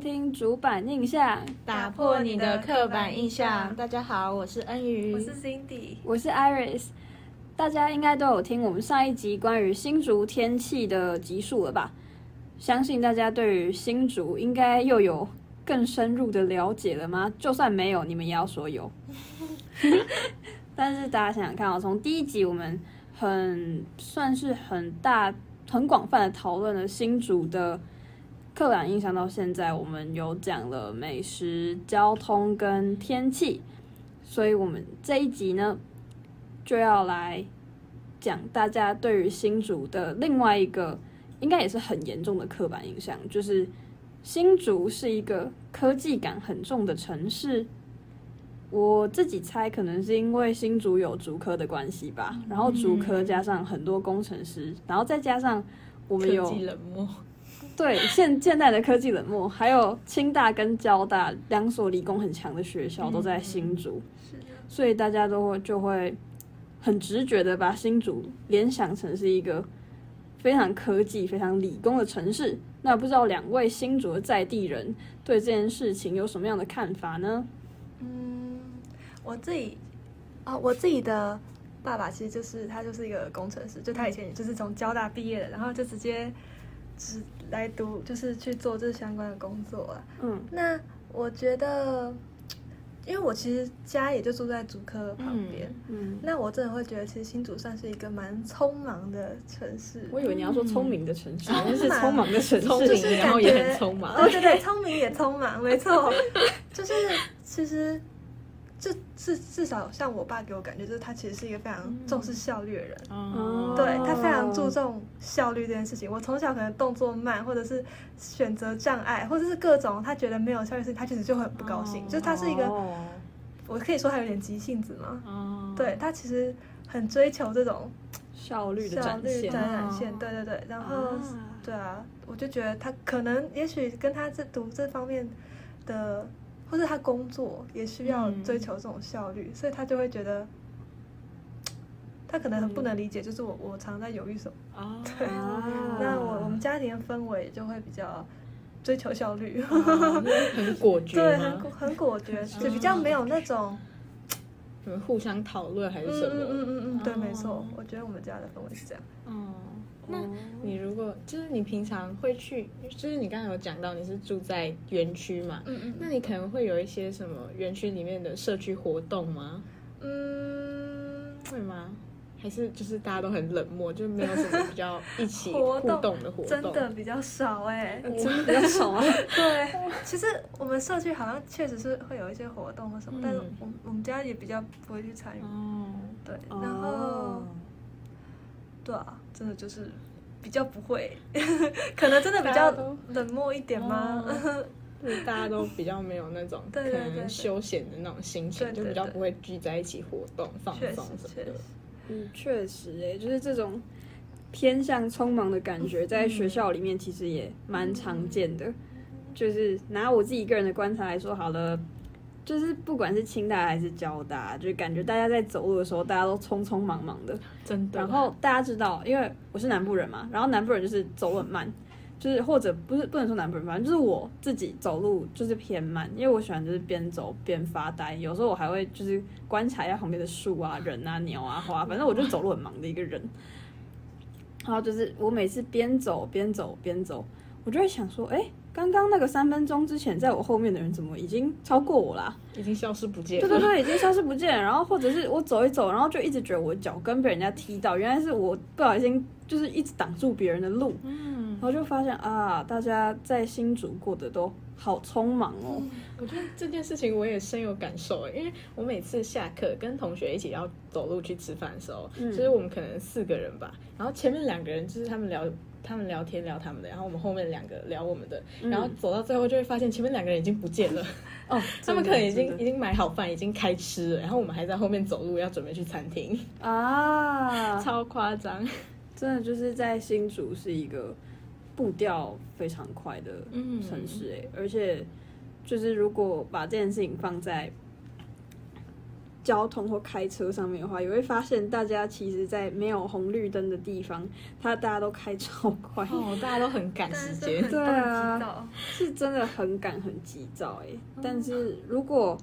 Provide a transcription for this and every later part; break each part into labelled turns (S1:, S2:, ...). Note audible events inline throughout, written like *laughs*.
S1: 听主板印象，
S2: 打破你的刻板印象。大家好，我是恩
S3: 我
S2: 瑜
S3: 是。Cindy，
S1: 我是 Iris。大家应该都有听我们上一集关于新竹天气的集数了吧？相信大家对于新竹应该又有更深入的了解了吗？就算没有，你们也要说有。但是大家想想看哦，从第一集我们很算是很大、很广泛的讨论了新竹的刻板印象，到现在我们有讲了美食、交通跟天气，所以我们这一集呢就要来讲大家对于新竹的另外一个，应该也是很严重的刻板印象，就是新竹是一个科技感很重的城市。我自己猜，可能是因为新竹有竹科的关系吧，然后
S2: 嗯
S1: 竹科加上很多工程师，然后再加上我们有
S2: 科技冷漠，
S1: 对现现代的科技冷漠，还有清大跟交大两所理工很强的学校都在新竹，
S3: 是的，
S1: 所以大家都会就会很直觉的把新竹联想成是一个非常科技、非常理工的城市。那不知道两位新竹的在地人对这件事情有什么样的看法呢？
S3: 嗯，我自己啊、我自己的爸爸其实就是他就是一个工程师，就他以前也就是从交大毕业的，然后就直接只来读，就是去做这相关的工作啊。
S1: 嗯
S3: 那我觉得，因为我其实家也就住在竹科旁边，
S1: 嗯，
S3: 那我真的会觉得，其实新竹算是一个蛮匆忙的城市。
S1: 我以为你要说聪明的城市，
S3: 嗯
S1: 那 *laughs* 是匆忙的城市，哦
S2: 聪
S3: 就
S2: 明
S3: 是
S2: 然后
S3: 感
S2: 也
S3: 觉，哦
S2: 很匆忙
S3: 对对对，聪明也匆忙，没错。就是其实，就至至少像我爸给我感觉，就是他其实是一个非常
S2: 嗯
S3: 重视效率的人。
S1: 哦
S3: 对他非常注重效率这件事情。我从小可能动作慢，或者是选择障碍，或者是各种他觉得没有效率的事情，他其实就很不高兴。
S2: 哦
S3: 就是他是一个，
S1: 哦
S3: 我可以说他有点急性子嘛。
S2: 哦
S3: 对，他其实很追求这种
S1: 效率的
S3: 效
S1: 展
S3: 率
S1: 现，
S3: 展览
S2: 哦
S3: 线，对对对，然后、
S1: 啊
S3: 对啊，我就觉得他可能也许跟他这读这方面的，或者他工作也需要
S2: 嗯
S3: 追求这种效率，所以他就会觉得。他可能很不能理解，就是我我常在犹豫什么。
S2: 哦，
S1: 啊
S3: 那我我们家庭的氛围就会比较追求效率，
S2: 很果决
S3: *laughs* 对，很
S2: 吗
S3: 果？很果决，就比较没有那种
S2: 你们互相讨论还
S3: 嗯
S2: 是什
S3: 嗯嗯
S2: 么？
S3: 嗯嗯，对，
S2: 哦
S3: 没错，我觉得我们家的氛围是这样。
S2: 哦，那你如果就是你平常会去，就是你刚才有讲到你是住在园区嘛，
S3: 嗯嗯，
S2: 那你可能会有一些什么园区里面的社区活动吗？
S3: 嗯，
S2: 会吗？还是就是大家都很冷漠，就没有什么比较一起
S3: *laughs* 活
S2: 互
S3: 动
S2: 动的活动？
S3: 真的比较少哎、
S1: 呃 *laughs* 真的比较少啊，
S3: *laughs* 对，
S1: *laughs*
S3: 其实我们社区好像确实是会有一些活动或什么，
S2: 嗯
S3: 但是我们我们家也比较不会去参与。
S2: 哦，
S3: 对，然后、
S1: 哦
S3: 对啊，真的就是比较不会， *laughs* 可能真的比
S2: 大
S3: 较
S2: 家都
S3: 冷漠一点吗？
S2: 哦就是大家都比较没有那种可
S3: 对对对对
S2: 能休闲的那种心情，
S3: 对
S2: 就
S3: 对
S2: 比较
S3: 对
S2: 不会聚在一起活动放
S3: 确实
S2: 松什么
S3: 确
S2: 的
S3: 实。，
S1: 嗯，确实诶、就是这种偏向匆忙的感觉，在学校里面其实也蛮常见的。就是拿我自己个人的观察来说好了，就是不管是清大还是交大，就是感觉大家在走路的时候，大家都匆匆忙忙的。
S2: 真的。
S1: 然后大家知道，因为我是南部人嘛，然后南部人就是走路很慢，就是或者不是不能说南部人，反正就是我自己走路就是偏慢，因为我喜欢就是边走边发呆，有时候我还会就是观察一下旁边的树啊、人啊、鸟啊、花，反正我就是走路很忙的一个人。然后就是我每次边走边走边走，我就会想说，哎，刚刚那个三分钟之前在我后面的人怎么已经超过我啦、
S2: 已经消失不见了。
S1: 对对对，已经消失不见了。然后或者是我走一走，然后就一直觉得我脚跟被人家踢到，原来是我不小心就是一直挡住别人的路，
S2: 嗯
S1: 然，后就发现啊，大家在新竹过得都好匆忙哦。
S2: 我觉得这件事情我也深有感受，欸因为我每次下课跟同学一起要走路去吃饭的时候，
S1: 嗯
S2: 就是我们可能四个人吧，然后前面两个人就是他们聊。他们聊天聊他们的，然后我们后面两个聊我们的，
S1: 嗯
S2: 然后走到最后就会发现前面两个人已经不见了， *laughs*
S1: 哦，
S2: 他们
S1: 真
S2: 可
S1: 的
S2: 能已经
S1: 真
S2: 已
S1: 的
S2: 经买好饭，已经开吃了，然后我们还在后面走路要准备去餐厅，
S1: 啊，
S2: 超夸张。
S1: 真的就是在新竹是一个步调非常快的
S2: 嗯
S1: 城市欸哎、而且就是如果把这件事情放在交通或开车上面的话，也会发现大家其实，在没有红绿灯的地方，他大家都开超快，
S2: 哦，大家都很赶时间 *laughs*
S3: 但，是
S1: 对啊
S3: 很急
S1: 是真的很赶很急躁哎、
S2: 哦
S1: 但是如果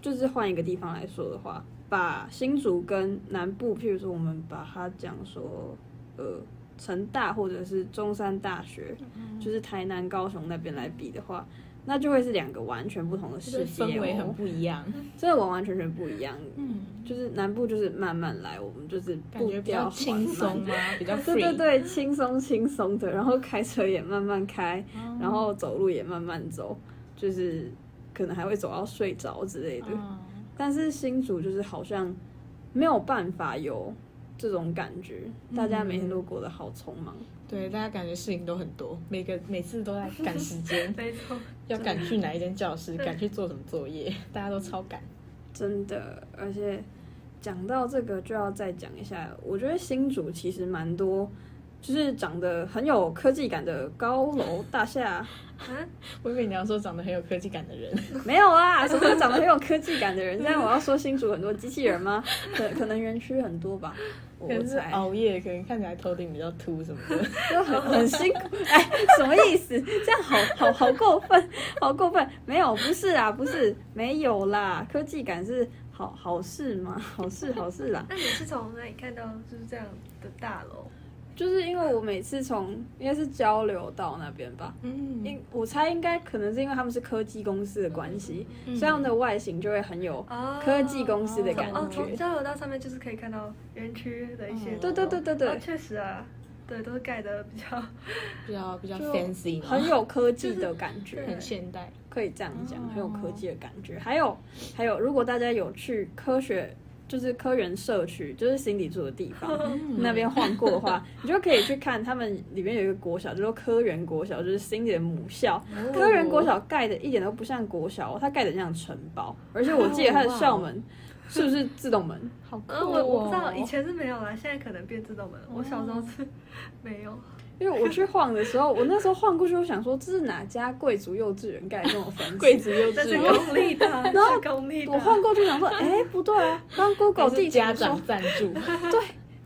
S1: 就是换一个地方来说的话，把新竹跟南部，譬如说我们把它讲说，呃，成大或者是中山大学，
S2: 嗯
S1: 就是台南、高雄那边来比的话，那就会是两个完全不同的
S2: 就是
S1: 世界、哦，
S2: 氛围很不一样。
S1: 真的完完全全不一样。
S2: 嗯，
S1: 就是南部就是慢慢来，我们就是
S2: 哦感
S1: 步
S2: 觉比
S1: 调
S2: 较
S1: 缓
S2: 轻松
S1: 慢
S2: 啊， *laughs* 比较 free。
S1: 对对对，轻松轻松的，然后开车也慢慢开，
S2: 嗯
S1: 然后走路也慢慢走，就是可能还会走到睡着之类的。
S2: 嗯
S1: 但是新竹就是好像没有办法有这种感觉，
S2: 嗯
S1: 大家每天都过得好匆忙。
S2: 对，大家感觉事情都很多，每个每次都在赶时间 *laughs*
S3: 到，，没错，
S2: 要赶去哪一间教室，
S3: 对
S2: 赶去做什么作业， *laughs* 大家都超赶。
S1: 真的，而且讲到这个就要再讲一下，我觉得新竹其实蛮多，就是长得很有科技感的高楼大厦，
S3: 啊
S2: 我以为你要说长得很有科技感的人，
S1: 没有啊啦，什么叫长得很有科技感的人？这样我要说新竹很多机器人吗？可可能园区很多吧，我
S2: 可能是
S1: 猜。
S2: 熬夜，可能看起来头顶比较秃什么的。
S1: 就很很辛苦，哎，什么意思？这样好好好过分，好过分！没有，不是啊，不是，没有啦，科技感是好好事嘛，好事好事啦。
S3: 那你是从哪里看到就是这样的大楼？
S1: 就是因为我每次从应该是交流道那边吧，
S2: *laughs* 嗯， *laughs*
S1: 应我猜应该可能是因为他们是科技公司的关系，所以他们的外形就会很有
S3: 哦
S1: 科技公司的感
S3: 哦，
S1: 觉
S3: 从。交流道上面就是可以看到园区的一些，
S2: 哦
S1: 对对对对对
S3: 哦，确实啊，对，都是盖的比较
S2: 比较比较
S1: 就
S2: fancy，嘛
S1: 很有科技的感觉，
S2: 很现代。
S1: 可以这样讲
S2: 哦，
S1: 很有科技的感觉。还有还有，如果大家有去科学，就是科园社区，就是心理住的地
S2: *laughs*
S1: 方。
S2: 嗯
S1: 那边晃过的话，你就可以去看他们里面有一个国小，叫做科园国小，就是心理的母校。
S2: 哦
S1: 科园国小盖的一点都不像国小哦，它盖的像城堡，而
S2: 哦
S1: 且我记得它的校门是不是自动门？
S2: 好酷
S3: 呃，
S2: 哦，
S3: *laughs* 我我不知道，
S2: *laughs*
S3: 以前是没有啦，现在可能变自动门了。我小时候是 *laughs* 没有，
S1: 因为我去晃的时候，我那时候晃过去，我想说这是哪家贵族幼稚园盖的这
S2: *laughs*
S1: 种房子？
S2: 贵族幼
S3: 那
S2: 稚
S3: 是
S2: 园，
S3: 公立的啊，
S1: 后
S3: 是公立的
S1: 我
S3: 啊。
S1: 晃过去想说，哎、不对
S2: *laughs*
S1: 啊！刚 Google
S2: 还是
S1: 地图
S2: 家
S1: 说
S2: 长赞
S1: *laughs*
S2: 助，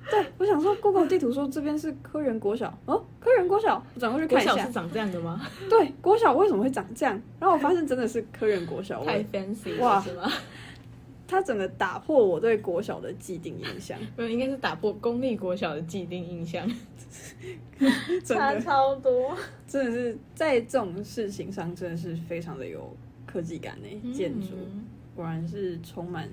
S1: 对，我想说 Google 地图说这边是科园国小，哦，科园国小，我转过去
S2: 国
S1: 看一
S2: 小
S1: 下
S2: 是，长这样的
S1: *laughs*
S2: 吗？
S1: 对，国小为什么会长这样？然后我发现真的是科园国小，我
S2: 太 fancy
S1: 哇
S2: 了是吗？ *laughs*
S1: 它整个打破我对国小的既定印
S2: *laughs*
S1: 象，
S2: 没有，应该是打破公立国小的既定印象， *laughs*
S1: 真的
S2: 超多。
S1: 真的是在这种事情上真的是非常的有科技感诶、
S2: 嗯
S1: 建筑果然是充满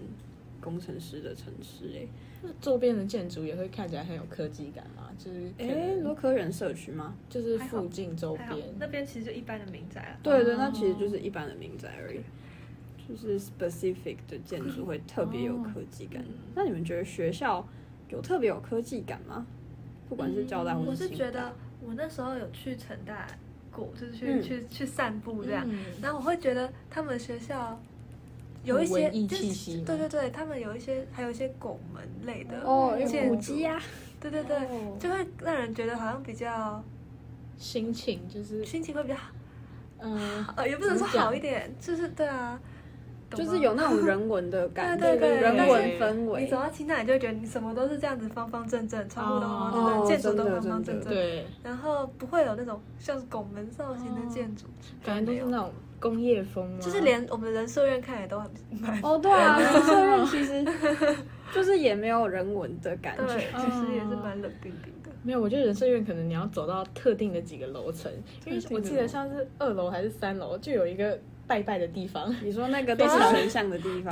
S1: 工程师的欸城市诶、
S2: 那周边的建筑也会看起来很有科技感嘛，就是可
S1: 诶，
S2: 能
S1: 罗科园社区吗？
S2: 就是附近周
S3: 还好
S2: 边，
S3: 那边其实就一般的民宅啊。
S1: 对对，
S2: 哦
S1: 那其实就是一般的民宅而已，就是 specific 的建筑会特别
S3: 哦
S1: 有科技感。那你们觉得学校有特别有科技感吗？不管是交大或
S3: 嗯我
S1: 啊是
S3: 是
S1: 清
S3: 觉
S1: 大
S3: 得我那时候有去成大过，就是去、
S1: 嗯
S3: 去去散步这样，
S2: 嗯
S3: 然后我会觉得他们学校有
S2: 很
S3: 一些
S2: 文艺
S3: 就是
S2: 气息吗
S3: 对对对，他们有一些还有一些拱门类的，
S1: 哦，有
S3: 建
S1: 古
S3: 筑
S1: 迹呀、
S3: 对对对，
S2: 哦
S3: 就会让人觉得好像比较
S2: 心情就是
S3: 心情会比较好，
S2: 嗯，
S3: 呃，也不能说
S2: 怎么讲
S3: 好一点，就是对啊，懂
S1: 就
S3: 吗
S1: 是有那
S3: *laughs*
S1: 种人文的感觉，
S3: 对对对
S1: 人文
S2: 对
S1: 氛
S3: 你
S1: 围
S3: 走。到清大，你就会觉得你什么都是这样子方方正正，窗户都方方正
S1: 哦
S3: 正，建筑都
S1: 真的
S3: 方方正
S1: 真
S3: 正，
S2: 对，
S3: 然后不会有那种像是拱门造型的建筑，
S2: 哦反正都是那种工业风啊，
S3: 就是连我们人社院看也都很蛮 *laughs*
S1: 哦，对啊，人社院其实就是也没有人文的感
S3: 对，
S1: 觉。
S3: 其实也是
S2: 嗯
S3: 蛮冷冰冰的。
S2: 没有，我觉得人社院可能你要走到特定的几个楼层，因为
S1: 特定的
S2: 我记
S1: 楼
S2: 得像是二楼还是三楼就有一个拜拜的地方，
S1: 你说那个都是
S3: 啊
S1: 神像的地方吗？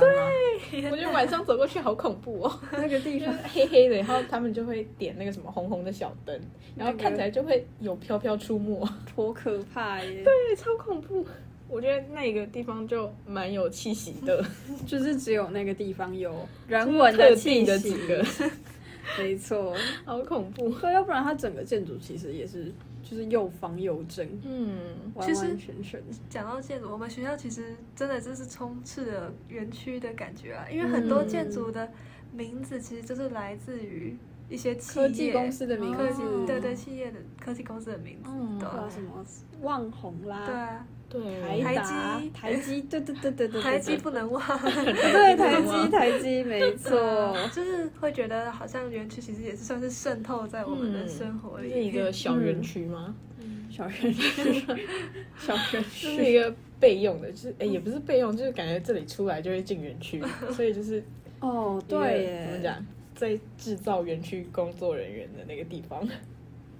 S2: 我觉得晚上走过去好恐怖哦，
S1: 那个地
S2: 就是
S1: 方
S2: 黑黑的，然后他们就会点那个什么红红的小灯，然后看起来就会有飘飘出没，
S1: 多可怕耶！
S2: 对，超恐怖。我觉得那个地方就蛮有气息的，
S1: 就是只有那个地方有人文的
S2: 特
S1: 气
S2: 定的
S1: 息
S2: 几。个，
S1: 没错，
S2: 好恐怖。
S1: 对，要不然它整个建筑其实也是就是又方又正，
S2: 嗯，
S1: 完完全全。
S3: 讲到建筑，我们学校其实真的就是充斥了
S2: 嗯
S3: 园区的感觉啊，因为很多建筑的名字其实就是来自于一些企业
S2: 科技公司的名
S3: 科技
S2: 字，哦
S3: 对对，企业的科技公司的名字，
S2: 嗯
S3: 对
S1: 还有什么望红啦，
S3: 对啊，
S2: 对，
S1: 台
S3: 台
S1: 达、
S3: 积
S1: 台积，对对对对对，
S3: 台积不能忘，
S1: 对台积台积没错。
S3: 嗯 *laughs* 就是会觉得好像园区其实也是算是渗透在我们的生活
S2: 这是一
S3: 里，
S2: 个小园区吗？
S1: 小人区，小人
S2: 这是一
S1: 区，
S2: 个备用的，就是哎、也不是备用，就是感觉这里出来就会进园区， *laughs* 所以就是
S1: 哦
S2: 一个
S1: 对
S2: 怎么
S1: 耶，
S2: 讲，在制造园区工作人员的那个地方。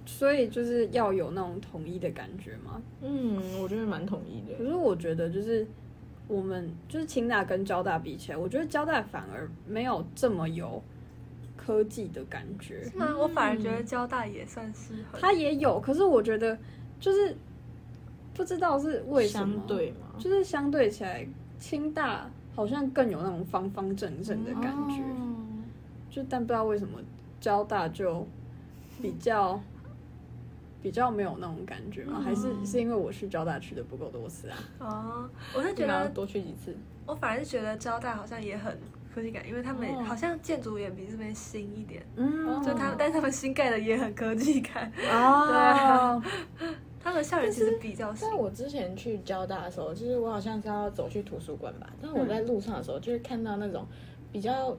S1: 所以就是要有那种统一的感觉嘛。
S2: 嗯，我觉得蛮统一的
S1: 可。是我觉得就是我们就是清大跟交大比起来，我觉得交大反而没有这么有科技的感觉。
S3: 那我反而觉
S2: 嗯
S3: 得交大也算是很
S1: 它也有，可是我觉得就是不知道是为什么
S2: 相，对嘛，
S1: 就是相对起来，清大好像更有那种方方正正的
S3: 哦
S1: 感觉，就但不知道为什么交大就比较。比较没有那种感觉嘛，还是是因为我去交大去的不够多次啊？
S3: 哦，我是
S2: 觉
S3: 觉
S2: 得
S3: 得
S2: 多去几次。
S3: 我反而是觉得交大好像也很科技感，因为他
S2: 哦
S3: 们好像建筑也比这边新一点，
S1: 嗯
S3: 就他们，但是他们新盖的也很科技感， *laughs*
S1: 哦，
S3: 他们校园其实比较新
S2: 在。我之前去交大的时候，就是我好像是要走去图书馆吧，但我
S1: 嗯
S2: 在路上的时候，就是看到那种比较，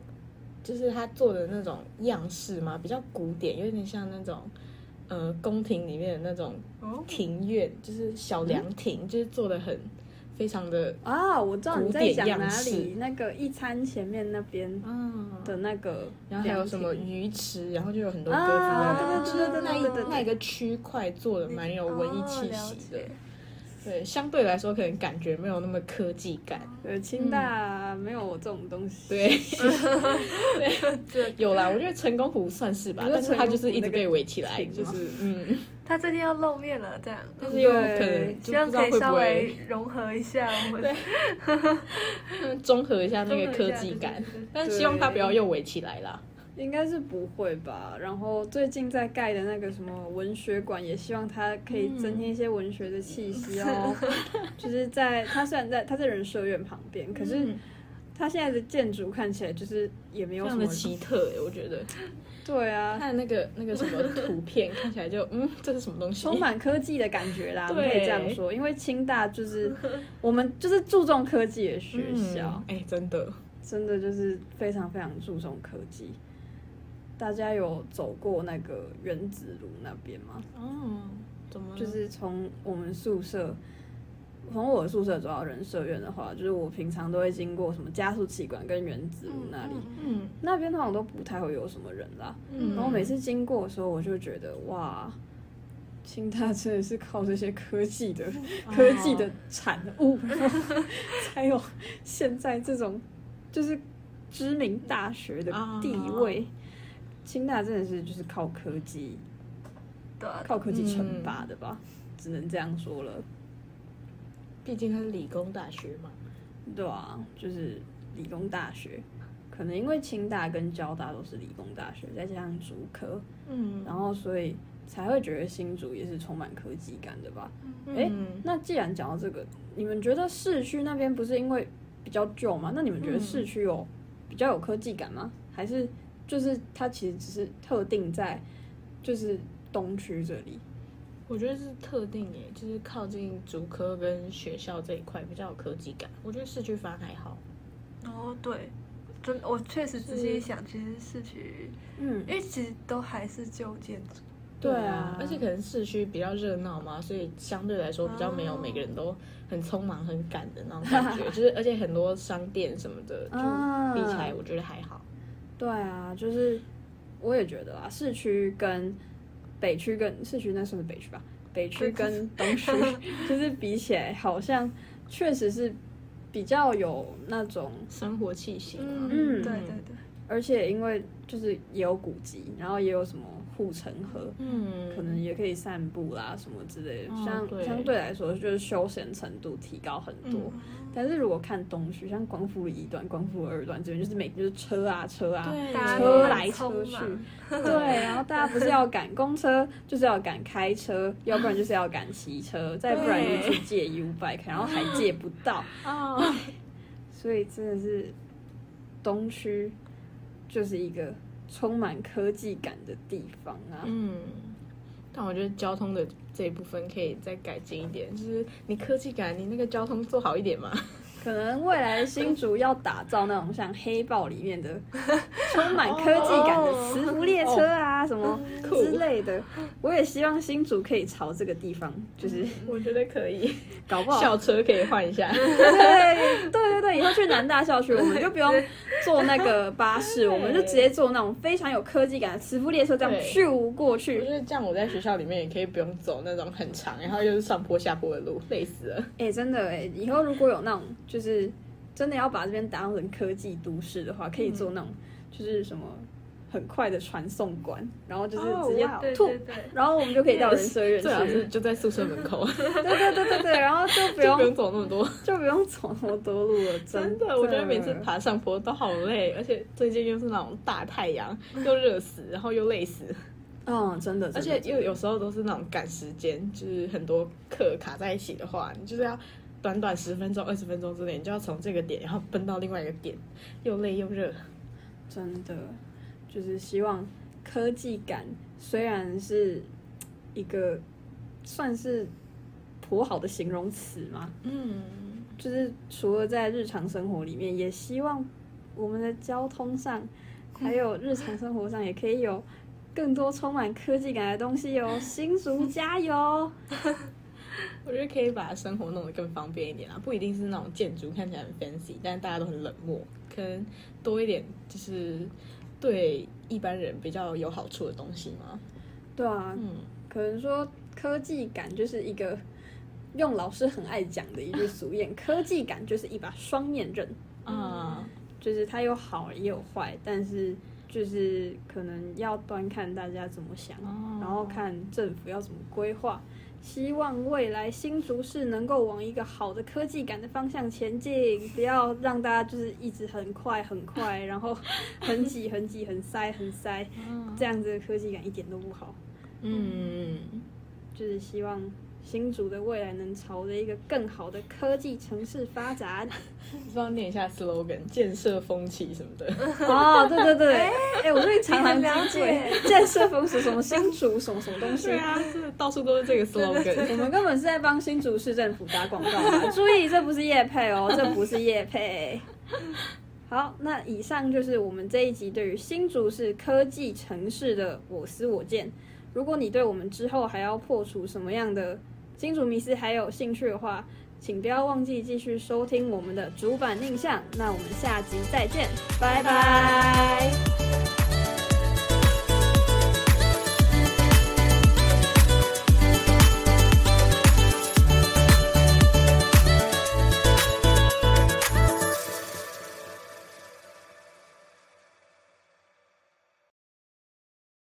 S2: 就是他做的那种样式嘛，比较古典，有点像那种。呃，宫廷里面的那种
S3: 哦
S2: 庭院，就是小凉
S1: 嗯
S2: 亭，就是做的很非常的，
S1: 啊，我知道你在
S2: 古典
S1: 讲
S2: 样
S1: 哪里
S2: 式，
S1: 那个一餐前面那边
S2: 嗯，
S1: 的那个凉亭，
S2: 然后还有什么鱼池，然后就有很多鸽子
S1: 啊，
S2: 在
S1: 对对对对
S2: 那
S1: 对
S2: 一
S1: 对对对，
S2: 那一个区块做的蛮有文艺气息的
S3: 哦了，解
S2: 对，相对来说可能感觉没有那么科技感，
S1: 呃，清大没有这种东西。
S2: 对，对，有啦，我觉得成功湖算是吧
S1: 你，说
S2: 但是它
S1: 成功湖
S2: 就是一直被围起来，
S1: 那个
S2: 就
S1: 亭吗
S2: 是嗯，
S3: 他最近要露面了，这样，
S2: 但是又可
S1: 对
S2: 能就
S3: 希望
S2: 不知道
S3: 可以
S2: 会
S3: 稍
S2: 不
S3: 微
S2: 会
S3: 融合一
S2: *laughs*
S3: 下我们 *laughs* 的
S2: 嗯 *laughs* 综合一下那个科技感，但是希望它不要又围起来啦。
S1: 应该是不会吧？然后最近在盖的那个什么文学馆，也希望它可以增添一些文学的气息哦。
S2: *laughs*
S1: 就是在它虽然在它在人社院旁边，可是
S2: 嗯
S1: 它现在的建筑看起来就是也没
S2: 非
S1: 有什
S2: 常的
S1: 么
S2: 奇特欸，我觉得
S1: 对啊，
S2: 看那个那个什么图片，看起来就 *laughs* 嗯，这是什么东西？
S1: 充满科技的感觉啦，我
S2: 对
S1: 们可以这样说，因为清大就是
S2: *laughs*
S1: 我们就是注重科技的学校，
S2: 嗯哎、真的，
S1: 真的就是非常非常注重科技。大家有走过那个原子炉那边吗？
S2: 哦，怎么
S1: 就？是从我们宿舍，从我的宿舍走到人社院的话，就是我平常都会经过什么加速器馆跟原子炉那里，
S2: 嗯
S1: 那边通常都不太会有什么人啦。
S2: 嗯
S1: 然后每次经过的时候，我就觉得哇，清大真的是靠这些科技的、 *laughs* 科技的产物， *laughs* 才有现在这种就是知名大学的地位。清大真的是就是靠科技，
S3: 对啊，
S1: 靠科技称霸的吧，只能这样说了，
S2: 毕竟它是理工大学嘛。
S1: 对啊，就是理工大学。可能因为清大跟交大都是理工大学，再加上竹科，
S2: 嗯
S1: 然后所以才会觉得新竹也是充满科技感的吧？哎
S2: 嗯
S1: 那既然讲到这个，你们觉得市区那边不是因为比较旧吗？那你们觉得市区有、比较有科技感吗？还是就是它其实只是特定在就是东区这里？
S2: 我觉得是特定耶，就是靠近竹科跟学校这一块比较有科技感。我觉得市区反而还好。
S3: 哦对，真我确实仔细一想，其实市区，
S1: 嗯
S3: 因，为其实都还是旧建筑，
S1: 对啊
S2: 而且可能市区比较热闹嘛，所以相对来说比较没有
S3: 哦
S2: 每个人都很匆忙、很赶的那种
S1: *laughs*
S2: 感觉。就是而且很多商店什么的，就
S1: 啊
S2: 比起来我觉得还好。
S1: 对啊，就是我也觉得啊，市区跟北区跟市区那算是北区吧，北区
S2: *laughs*
S1: 跟东区就是比起来，好像确实是比较有那种
S2: 生活气息嘛，
S1: 嗯
S3: 对对对，
S1: 而且因为就是也有古迹，然后也有什么护城河，
S2: 嗯
S1: 可能也可以散步啦什么之类的，
S2: 哦
S1: 相、
S2: 对
S1: 相对来说就是休闲程度提高很多。
S2: 嗯
S1: 但是如果看东区，像光复一段、光复二段这边，就是每就是车啊车啊，
S2: 对
S3: 大家
S1: 车
S3: 都很
S1: 来车
S3: 匆
S1: 去
S3: 忙，
S1: 对，然后大家不是要赶公车，就是要赶开车，要不然就是要赶骑车，再不然就去借 U bike，然后还借不到，
S2: 哦，
S1: 所以真的是东区就是一个充满科技感的地方啊。
S2: 嗯，但我觉得交通的这一部分可以再改进一点，就是你科技感，你那个交通做好一
S1: *laughs*
S2: 点嘛。
S1: 可能未来的新竹要打造那种像《黑豹》里面的充满科技感的磁浮列车啊，什么之类的。我也希望新竹可以朝这个地方，就是
S2: 我觉得可以，
S1: 搞不好
S2: 校车可以换
S1: *laughs*
S2: 一下。
S1: 对对对对，以后去南大校区，我们就不用坐那个巴士，我们就直接坐那种非常有科技感的磁浮列车，这样
S2: 对
S1: 咻过
S2: 我
S1: 去
S2: 觉。得这样，我在学校里面也可以不用走那种很长，然后又是上坡下坡的路，累死了。
S1: 哎、真的哎、以后如果有那种就是真的要把这边打造成科技都市的话，可以做那种就是什么很快的传送管，然后就是直接
S2: 哦哇
S3: 对
S1: 吐，
S3: 对对，
S1: 然后我们就可以到人设认
S2: 最好啊是
S1: 识。
S2: 就在宿舍门 *laughs* 口，
S1: 对对对对对，然后就不
S2: 就不用
S1: 用
S2: 走那么多。啊
S1: 就不用走那么多路了，
S2: 真
S1: 真
S2: 的，我觉得每次爬上坡都好累，而且最近又是那种大太 *laughs* 阳，又热死，然后又累死，
S1: 嗯，真的，
S2: 而且又有时候都是那种赶时间，就是很多课卡在一起的话，你就是要短短十分钟、二十分钟之内，你就要从这个点然后奔到另外一个点，又累又热。
S1: 真的就是希望科技感虽然是一个算是颇好的形容词嘛，
S2: 嗯，
S1: 就是除了在日常生活里面，也希望我们的交通上，还有日常生活上也可以有更多充满科技感的东西哦。新竹加油！
S2: 我觉得可以把生活弄得更方便一点啊，不一定是那种建筑看起来很 fancy，但大家都很冷漠，可能多一点就是对一般人比较有好处的东西嘛。
S1: 对啊，
S2: 嗯，
S1: 可能说科技感就是一个用老师很爱讲的一句俗谚：科技感就是一把双面刃。
S2: 啊、
S1: 就是它有好也有坏，但是就是可能要端看大家怎么想，
S2: 哦
S1: 然后看政府要怎么规划。希望未来新竹市能够往一个好的科技感的方向前进，不要让大家就是一直很快很快，然后很挤很挤很塞很塞，这样子的科技感一点都不好。
S2: 嗯，
S1: 就是希望新竹的未来能朝着一个更好的科技城市发展。
S2: 不要念一下 slogan，建设风气什么的。
S1: 哦，对对对，哎、我 *laughs* 最近常常
S3: 你很了
S1: 击溃
S3: 解
S1: 建设风俗，什么新竹什么什么东西
S2: *laughs* 对。啊， *laughs* 是到处都是这个 slogan。
S1: 我们根本是在帮新竹市政府打广告吧？注意，这不是叶配哦，这不是叶配。好，那以上就是我们这一集对于新竹市科技城市的我思我见。如果你对我们之后还要破除什么样的新竹迷思还有兴趣的话，请不要忘记继续收听我们的主板印象。那我们下集再见，拜拜